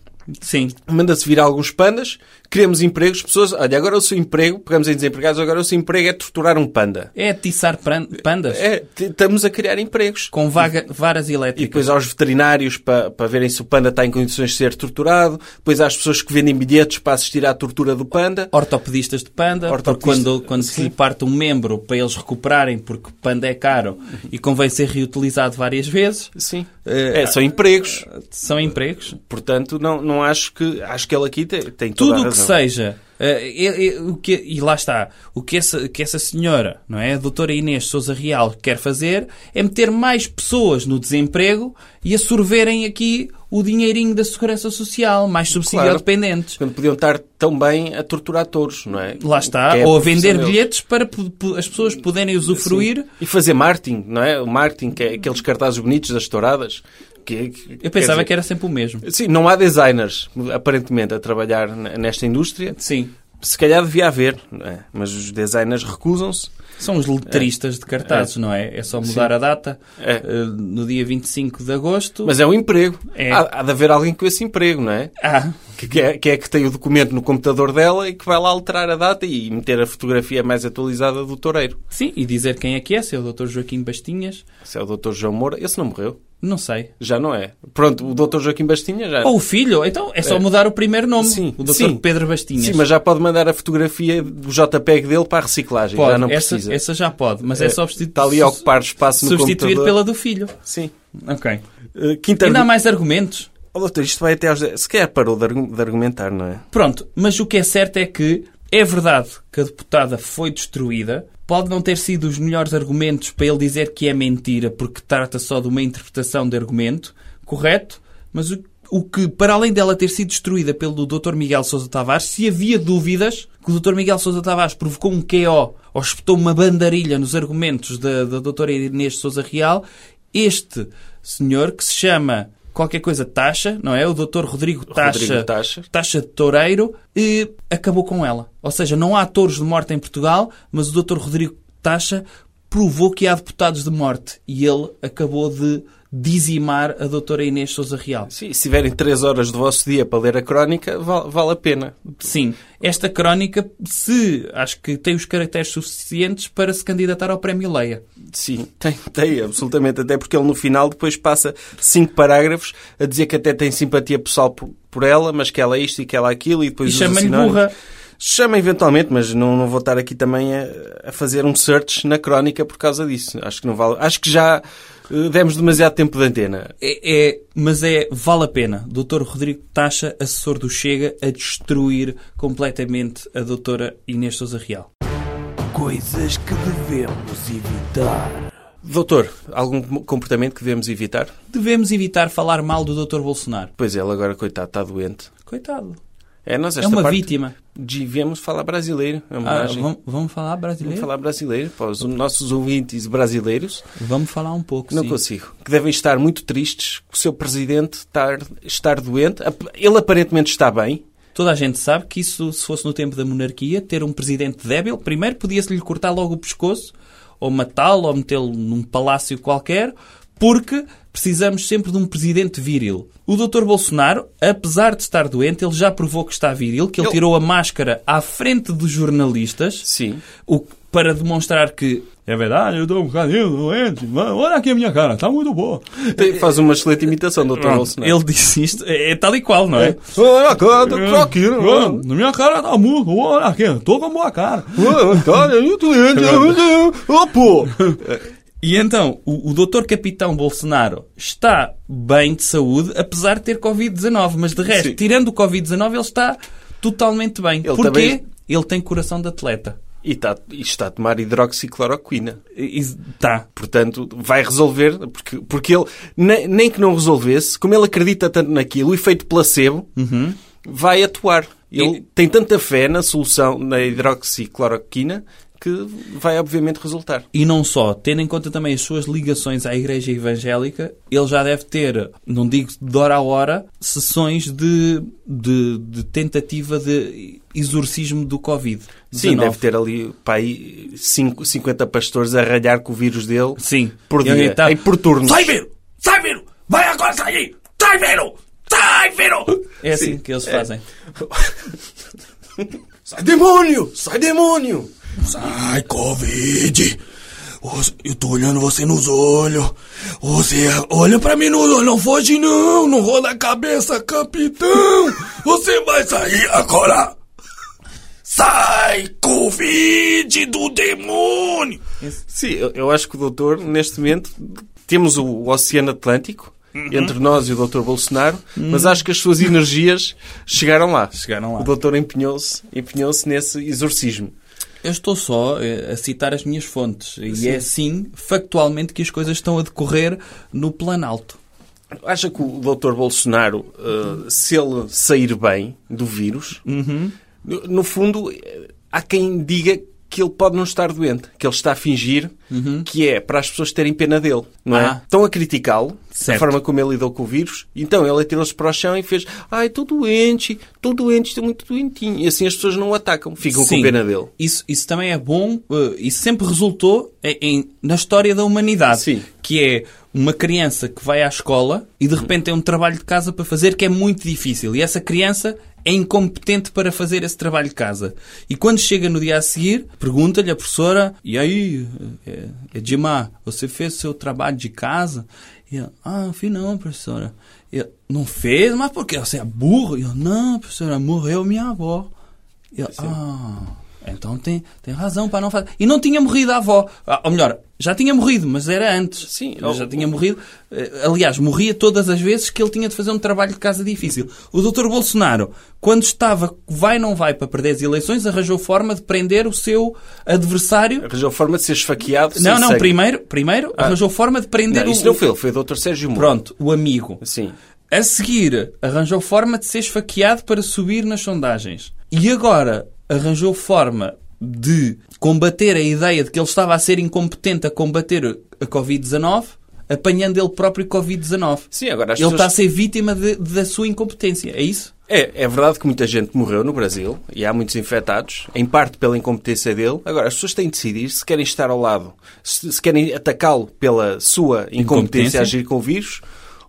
sim.
Manda-se vir alguns pandas, criamos empregos, pessoas. Olha, agora o seu emprego, pegamos em desempregados, agora o seu emprego é torturar um panda.
É atiçar pran- pandas
É, t- estamos a criar empregos.
com vaga- varas
E
elétricas.
depois aos veterinários para, para verem se o panda está em condições de ser torturado. Depois às pessoas que vendem bilhetes para assistir à tortura do panda.
Ortopedistas de panda, porque
Ortopedista-
quando, quando se lhe parte um membro para eles recuperarem, porque panda é caro e convém ser reutilizado várias vezes,
Sim.
Eh,
É, são empregos.
são empregos.
Portanto, não, não acho que. Acho que ele aqui tem, tem toda a
tudo o que
razão.
seja. eh, eh, eh, o que, e lá está. O que essa, que essa senhora, não é? A doutora Inês Souza Real quer fazer é meter mais pessoas no desemprego e absorverem aqui o dinheirinho da segurança social, mais subsidiodependentes.
Quando podiam estar tão bem a torturar touros, não é?
Lá está.
Que é
Ou a
profissão
vender
deles.
bilhetes para pu- pu- as pessoas poderem usufruir.
E fazer marketing, não é? O marketing, que é aqueles cartazes bonitos das touradas. Que,
Eu pensava que era sempre o mesmo.
Sim, não há designers, aparentemente, a trabalhar n- nesta indústria.
Sim.
Se calhar devia haver, não é? mas os designers recusam-se.
São os letristas de cartazes, não é? É só mudar a data.
É.
eh, no dia 25 de agosto.
Mas é um emprego.
É.
Há, há de haver alguém com esse emprego, não é?
Ah,
Que, que é? que é que tem o documento no computador dela e que vai lá alterar a data e meter a fotografia mais atualizada do toureiro.
sim. E dizer quem é que é, se é o Dr. Joaquim Bastinhas.
Se é o Dr. João Moura, esse não morreu.
Não sei.
Já não é. Pronto, o Dr. Joaquim Bastinha já.
Ou o filho, então é só mudar o primeiro nome.
Sim,
o Dr.
sim.
Pedro Bastinhas.
Sim, mas já pode mandar a fotografia do JPEG dele para a reciclagem.
pode.
já não
essa,
precisa.
essa já pode, mas é, só substitu-
Está ali a ocupar espaço no
substituir
computador.
pela do filho.
Sim.
Ok.
Uh, quinta
Ainda há
argu-
mais argumentos.
Oh, doutor, isto vai até aos... dez- Se calhar parou de argu- de argumentar, não é?
Pronto, mas o que é certo é que é verdade que a deputada foi destruída. Pode não ter sido os melhores argumentos para ele dizer que é mentira, porque trata só de uma interpretação de argumento, correto? Mas o, o que, para além dela ter sido destruída pelo Dr. Miguel Sousa Tavares, se havia dúvidas que o Dr. Miguel Sousa Tavares provocou um KO ou espetou uma bandarilha nos argumentos da, da doutora Inês Sousa Real, este senhor, que se chama qualquer coisa Taxa, não é? O Dr. Rodrigo
Rodrigo
Taxa,
Taxa.
taxa de toureiro e acabou com ela. Ou seja, não há touros de morte em Portugal, mas o Dr. Rodrigo Taxa provou que há deputados de morte e ele acabou de dizimar a doutora Inês Souza Real.
Sim, se tiverem 3 horas do vosso dia para ler a crónica, vale, vale a pena.
Sim, esta crónica, se acho que tem os caracteres suficientes para se candidatar ao Prémio Leia.
Sim, tem, tem, absolutamente. Até porque ele no final depois passa cinco parágrafos a dizer que até tem simpatia pessoal por, por ela, mas que ela é isto e que ela é aquilo e
E
depois usa
chama-lhe
sinónimos.
burra.
Chama eventualmente, mas não, não vou estar aqui também a, a fazer um search na crónica por causa disso. Acho que não vale. Acho que já eh, demos demasiado tempo de antena.
É, é- mas é, vale a pena. Dr. Rodrigo Tacha, assessor do Chega, a destruir completamente a doutora Inês Souza Real.
Coisas que devemos evitar.
Doutor, algum comportamento que devemos evitar?
Devemos evitar falar mal do Dr. Bolsonaro.
Pois ele agora, coitado, está doente.
Coitado.
É, nós
é
esta
uma
parte
vítima.
devíamos falar brasileiro. É uma
Ah,
homenagem.
vamos, vamos falar
Devíamos
brasileiro?
falar brasileiro para os nossos ouvintes brasileiros.
Vamos falar um pouco,
Não
sim.
consigo. Que devem estar muito tristes que o seu presidente estar, estar doente. Ap- Ele aparentemente está bem.
Toda a gente sabe que isso, se fosse no tempo da monarquia, ter um presidente débil, primeiro podia-se lhe cortar logo o pescoço, ou matá-lo, ou metê-lo num palácio qualquer, porque precisamos sempre de um presidente viril. O Dr. Bolsonaro, apesar de estar doente, ele já provou que está viril, que ele
Ele-
tirou a máscara à frente dos jornalistas.
Sim.
O que- para demonstrar que é verdade, eu estou um bocadinho doente, mas olha aqui a minha cara, está muito boa.
Tem- Faz uma excelente imitação, Dr. Bolsonaro.
Ele disse isto, é, é tal e qual, não é?
Olha a cara do
Na minha cara está muito, olha aqui, estou com boa cara.
Cara, eu tô Opo!
E então, o, o doutor Capitão Bolsonaro está bem de saúde, apesar de ter Covid-19, mas de resto,
Sim.
tirando o Covid-19, ele está totalmente bem.
Ele
Porquê?
também-
Ele tem coração de atleta.
E está, e está a tomar hidroxicloroquina.
E, e- tá.
Portanto, vai resolver, porque, porque ele, ne- nem que não resolvesse, como ele acredita tanto naquilo, o efeito placebo
Uhum.
vai atuar. Ele
E-
tem tanta fé na solução, na hidroxicloroquina, que vai obviamente resultar.
E não só, tendo em conta também as suas ligações à Igreja Evangélica, ele já deve ter, não digo de hora a hora, sessões de, de, de tentativa de exorcismo do Covid.
Sim, deve ter ali pai, cinco- 50 pastores a ralhar com o vírus dele
Sim.
por dia,
Ele gritava,
e por turnos.
tá? Sai, Vero! Sai, Vero! Vai agora sair! Sai, Vero! Sai, Vero! É assim que eles fazem.
Sai demônio! Sai demônio!
Ai, Covid! Os- Eu tô olhando você nos olhos. Você olha pra mim nos olhos. Não foge, não. Não rola a cabeça, capitão. Você vai sair agora. Sai, Covid do demônio.
Sim, eu, eu acho que o doutor, neste momento, temos o, o Oceano Atlântico
Uhum.
entre nós e o doutor Bolsonaro, mas acho que as suas energias chegaram lá.
Chegaram lá.
O doutor empenhou-se empenhou nesse exorcismo.
Eu estou só eh, a citar as minhas fontes. E é assim, factualmente, que as coisas estão a decorrer no Planalto.
Acha que o doutor Bolsonaro, eh, se ele sair bem do vírus, no, no fundo, eh, há quem diga que ele pode não estar doente, que ele está a fingir, que é para as pessoas terem pena dele, não é?
Ah.
Estão a criticá-lo, da
Certo.
forma como ele lidou com o vírus, então ele atirou-se para o chão e fez ai, estou doente, estou doente, estou muito doentinho. E assim as pessoas não o atacam, ficam com
Sim.
pena dele.
Isso, isso também é bom eh, e sempre resultou em- em- na história da humanidade.
Sim.
Que é uma criança que vai à escola e de repente tem um trabalho de casa para fazer que é muito difícil. E essa criança é incompetente para fazer esse trabalho de casa. E quando chega no dia a seguir, pergunta-lhe a professora: E aí, eh, Edmar, você fez o seu trabalho de casa? E ela, ah, não fiz não, professora. E ela, não fez? Mas por quê? Você é burro? E eu, não, professora, morreu minha avó. Ele, ah, então tem, tem razão para não fazer. E não tinha morrido a avó. Ah, Ou melhor, já tinha morrido, mas era antes.
Sim,
Ele já
o-
tinha morrido. Eh, Aliás, morria todas as vezes que ele tinha de fazer um trabalho de casa difícil. O Dr. Bolsonaro, quando estava vai não vai para perder as eleições, arranjou forma de prender o seu adversário.
Arranjou forma de ser esfaqueado. sem
não, não,
sangue.
primeiro, primeiro arranjou forma de prender
Ah. Não,
o.
isso não foi ele, foi o doutor Sérgio Moro.
Pronto, o amigo.
Sim.
A seguir, arranjou forma de ser esfaqueado para subir nas sondagens. E agora, arranjou forma de combater a ideia de que ele estava a ser incompetente a combater a Covid-19, apanhando ele próprio Covid-19.
Sim, agora as
Ele
pessoas...
está a ser vítima de- da sua incompetência, é isso?
É, é verdade que muita gente morreu no Brasil e há muitos infectados, em parte pela incompetência dele. Agora, as pessoas têm de decidir se querem estar ao lado, se, se querem atacá-lo pela sua incompetência,
Incompetência?
a agir com o vírus,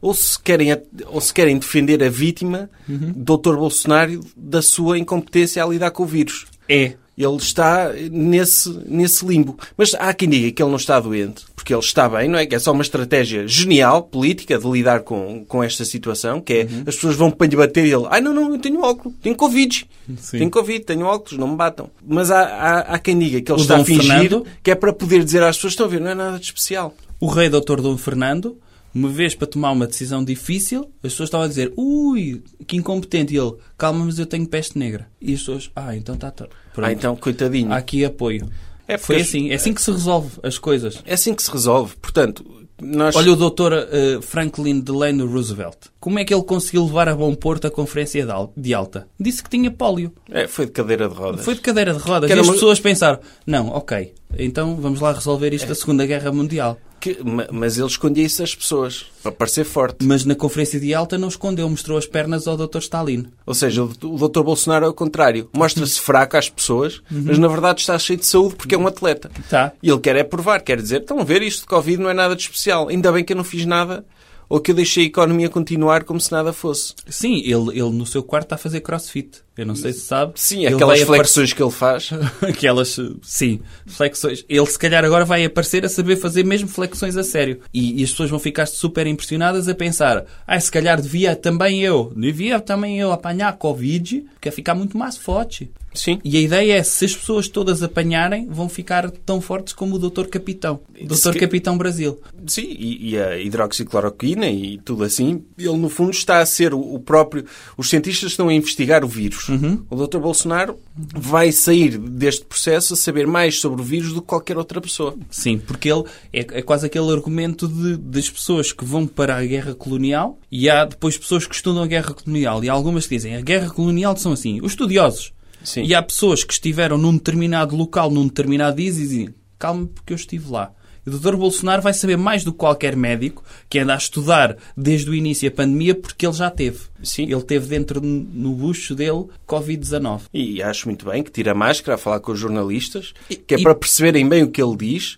ou se querem, at- ou se querem defender a vítima, Dr. Bolsonaro, da sua incompetência a lidar com o vírus.
É.
Ele está nesse, nesse limbo. Mas há quem diga que ele não está doente, porque ele está bem, não é? Que é só uma estratégia genial, política, de lidar com, com esta situação, que
Uhum.
é as pessoas vão para lhe bater e ele, ai não, não, eu tenho óculos, tenho Covid,
Sim.
tenho Covid, tenho óculos, não me batam. Mas há, há, há quem diga que ele
O
está
Dom
a fingir,
Fernando?
que é para poder dizer às pessoas, estão a ver, não é nada de especial.
O rei doutor Dom Fernando me vês para tomar uma decisão difícil, as pessoas estavam a dizer, ui, que incompetente. E ele, calma, mas eu tenho peste negra. E as pessoas, ah, então está... Tá, pronto.
Ah, então, coitadinho.
Há aqui apoio.
É porque
Foi
as-
assim. É assim que se resolve as coisas.
É assim que se resolve. Portanto, nós...
Olha o doutor eh, Franklin Delano Roosevelt. Como é que ele conseguiu levar a bom porto a conferência de al- de alta? Disse que tinha pólio.
É, foi de cadeira de rodas.
Foi de cadeira de rodas.
Que
E
era
as
uma-
pessoas pensaram, não, ok, então vamos lá resolver isto da Segunda Guerra Mundial.
Que- ma- mas ele escondia isso às pessoas, para parecer forte.
Mas na conferência de alta não escondeu, mostrou as pernas ao Dr. Stalin.
Ou seja, o Dr. Bolsonaro é o contrário. Mostra-se fraco às pessoas, mas na verdade está cheio de saúde porque é um atleta.
Tá.
E ele quer é provar, quer dizer, estão a ver isto de Covid não é nada de especial. Ainda bem que eu não fiz nada ou que eu deixei a economia continuar como se nada fosse.
Sim, ele, ele no seu quarto está a fazer crossfit. Eu não sei se sabe.
Sim,
Ele
aquelas
vai apare-
flexões que ele faz.
<laughs> Aquelas, eh, sim, flexões. Ele se calhar agora vai aparecer a saber fazer mesmo flexões a sério. E, e as pessoas vão ficar super impressionadas a pensar: ai, se calhar devia também eu, devia também eu apanhar a Covid, que é ficar muito mais forte.
<laughs> Sim.
E a ideia é: se as pessoas todas apanharem, vão ficar tão fortes como o Dr. Capitão.
Se
Dr.
que-
Capitão Brasil.
Sim, e, e a hidroxicloroquina e tudo assim, ele no fundo está a ser o, o próprio. Os cientistas estão a investigar o vírus. O Dr. Bolsonaro vai sair deste processo a saber mais sobre o vírus do que qualquer outra pessoa.
Sim, porque ele é, é quase aquele argumento de, das pessoas que vão para a guerra colonial e há depois pessoas que estudam a guerra colonial e há algumas que dizem a guerra colonial são assim, os estudiosos.
Sim.
E há pessoas que estiveram num determinado local, num determinado dia e dizem calma porque eu estive lá. E o Dr. Bolsonaro vai saber mais do que qualquer médico que anda a estudar desde o início da pandemia porque ele já teve.
Sim.
Ele teve dentro n- no bucho dele Covid-19.
E acho muito bem que tira a máscara a falar com os jornalistas, que é
e- Uhum.
para perceberem bem o que ele diz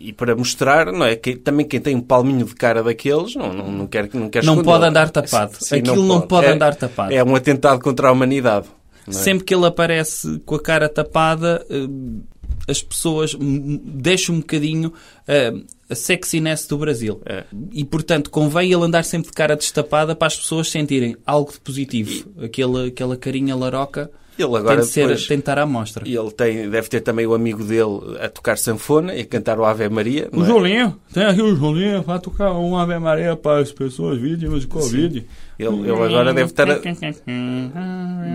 e para mostrar, não é? Que também quem tem um palminho de cara daqueles não, não, não quer que não quer
Não
esconder.
pode andar tapado. Aquilo não pode
É-
andar tapado.
É um atentado contra a humanidade. não é?
Sempre que ele aparece com a cara tapada, hum, as pessoas hum, deixam um bocadinho hum, a sexiness do Brasil.
É.
E, portanto, convém ele andar sempre de cara destapada para as pessoas sentirem algo de positivo. Aquela, aquela carinha laroca
Ele agora
tem de ser,
depois-
tem de estar à mostra.
E ele tem, deve ter também o amigo dele a tocar sanfona e a cantar o Ave Maria. não é?
Julinho, tem aqui o Julinho, vai tocar uma Ave Maria para as pessoas vítimas de Covid.
Ele, ele agora deve estar a,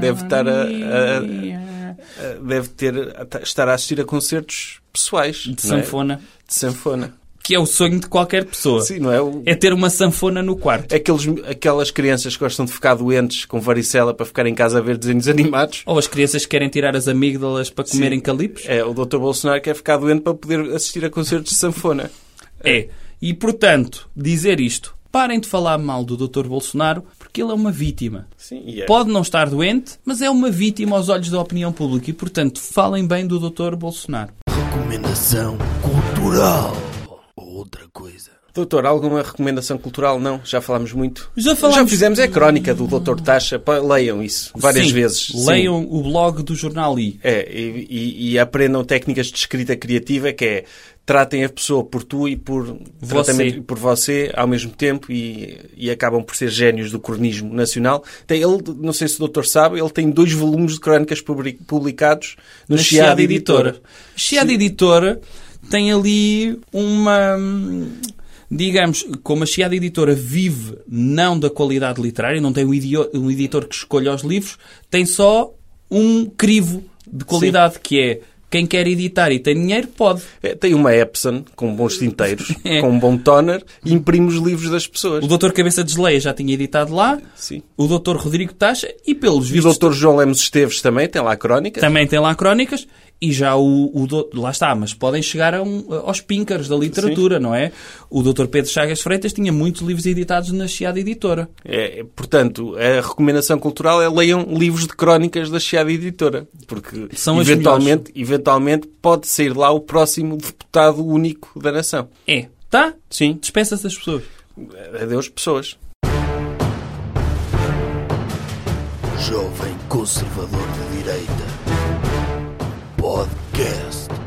deve estar a- a- a- deve ter a- estar a assistir a concertos pessoais
De
não é?
sanfona.
De sanfona.
Que é o sonho de qualquer pessoa.
Sim, não é? O-
É ter uma sanfona no quarto.
Aqueles, aquelas crianças que gostam de ficar doentes com varicela para ficar em casa a ver desenhos animados.
Ou as crianças que querem tirar as amígdalas para comerem calipos?
É, o Dr. Bolsonaro quer ficar doente para poder assistir a concertos de sanfona.
É. E, portanto, dizer isto. Parem de falar mal do Dr. Bolsonaro, porque ele é uma vítima.
Sim, e é.
Pode não estar doente, mas é uma vítima aos olhos da opinião pública. E, portanto, falem bem do Dr. Bolsonaro.
Recomendação cultural. Outra coisa.
Doutor, alguma recomendação cultural? Não, já falámos muito.
Já falámos-
Já fizemos é a crónica do Dr. Taxa. Pá, Leiam isso várias
Sim,
vezes. Sim.
Leiam o blog do Jornal I.
É, e, e- e aprendam técnicas de escrita criativa, que é tratem a pessoa por tu e por
Você.
tratamento- e por você ao mesmo tempo e, e acabam por ser génios do cronismo nacional. Tem, ele, não sei se o doutor sabe, ele tem dois volumes de crónicas publi- publicados no
na Chiada Editora. A Chiada
Sim.
Editora tem ali uma. hum, Digamos, como a Chiada Editora vive não da qualidade literária, não tem um, idio- um editor que escolha os livros, tem só um crivo de qualidade, que é quem quer editar e tem dinheiro, pode.
É, tem uma Epson com bons tinteiros,
<laughs> É.
com um bom toner e imprime os livros das pessoas.
O Dr. Cabeça Desleia já tinha editado lá,
Sim.
o Dr. Rodrigo Tacha, e pelos
E o
vistos
doutor João Lemos Esteves também tem lá a crónica.
também tem lá crónicas, E já o, o do- lá está, mas podem chegar a um- aos píncaros da literatura, não é? O Dr. Pedro Chagas Freitas tinha muitos livros editados na Chiada Editora.
É, é, portanto, a recomendação cultural é leiam livros de crónicas da Chiada Editora, porque
São as
eventualmente, eventualmente pode sair lá o próximo deputado único da nação.
É, tá?
Sim,
Despensa-se das pessoas.
adeus pessoas.
Jovem Conservador de Direita. Podcast.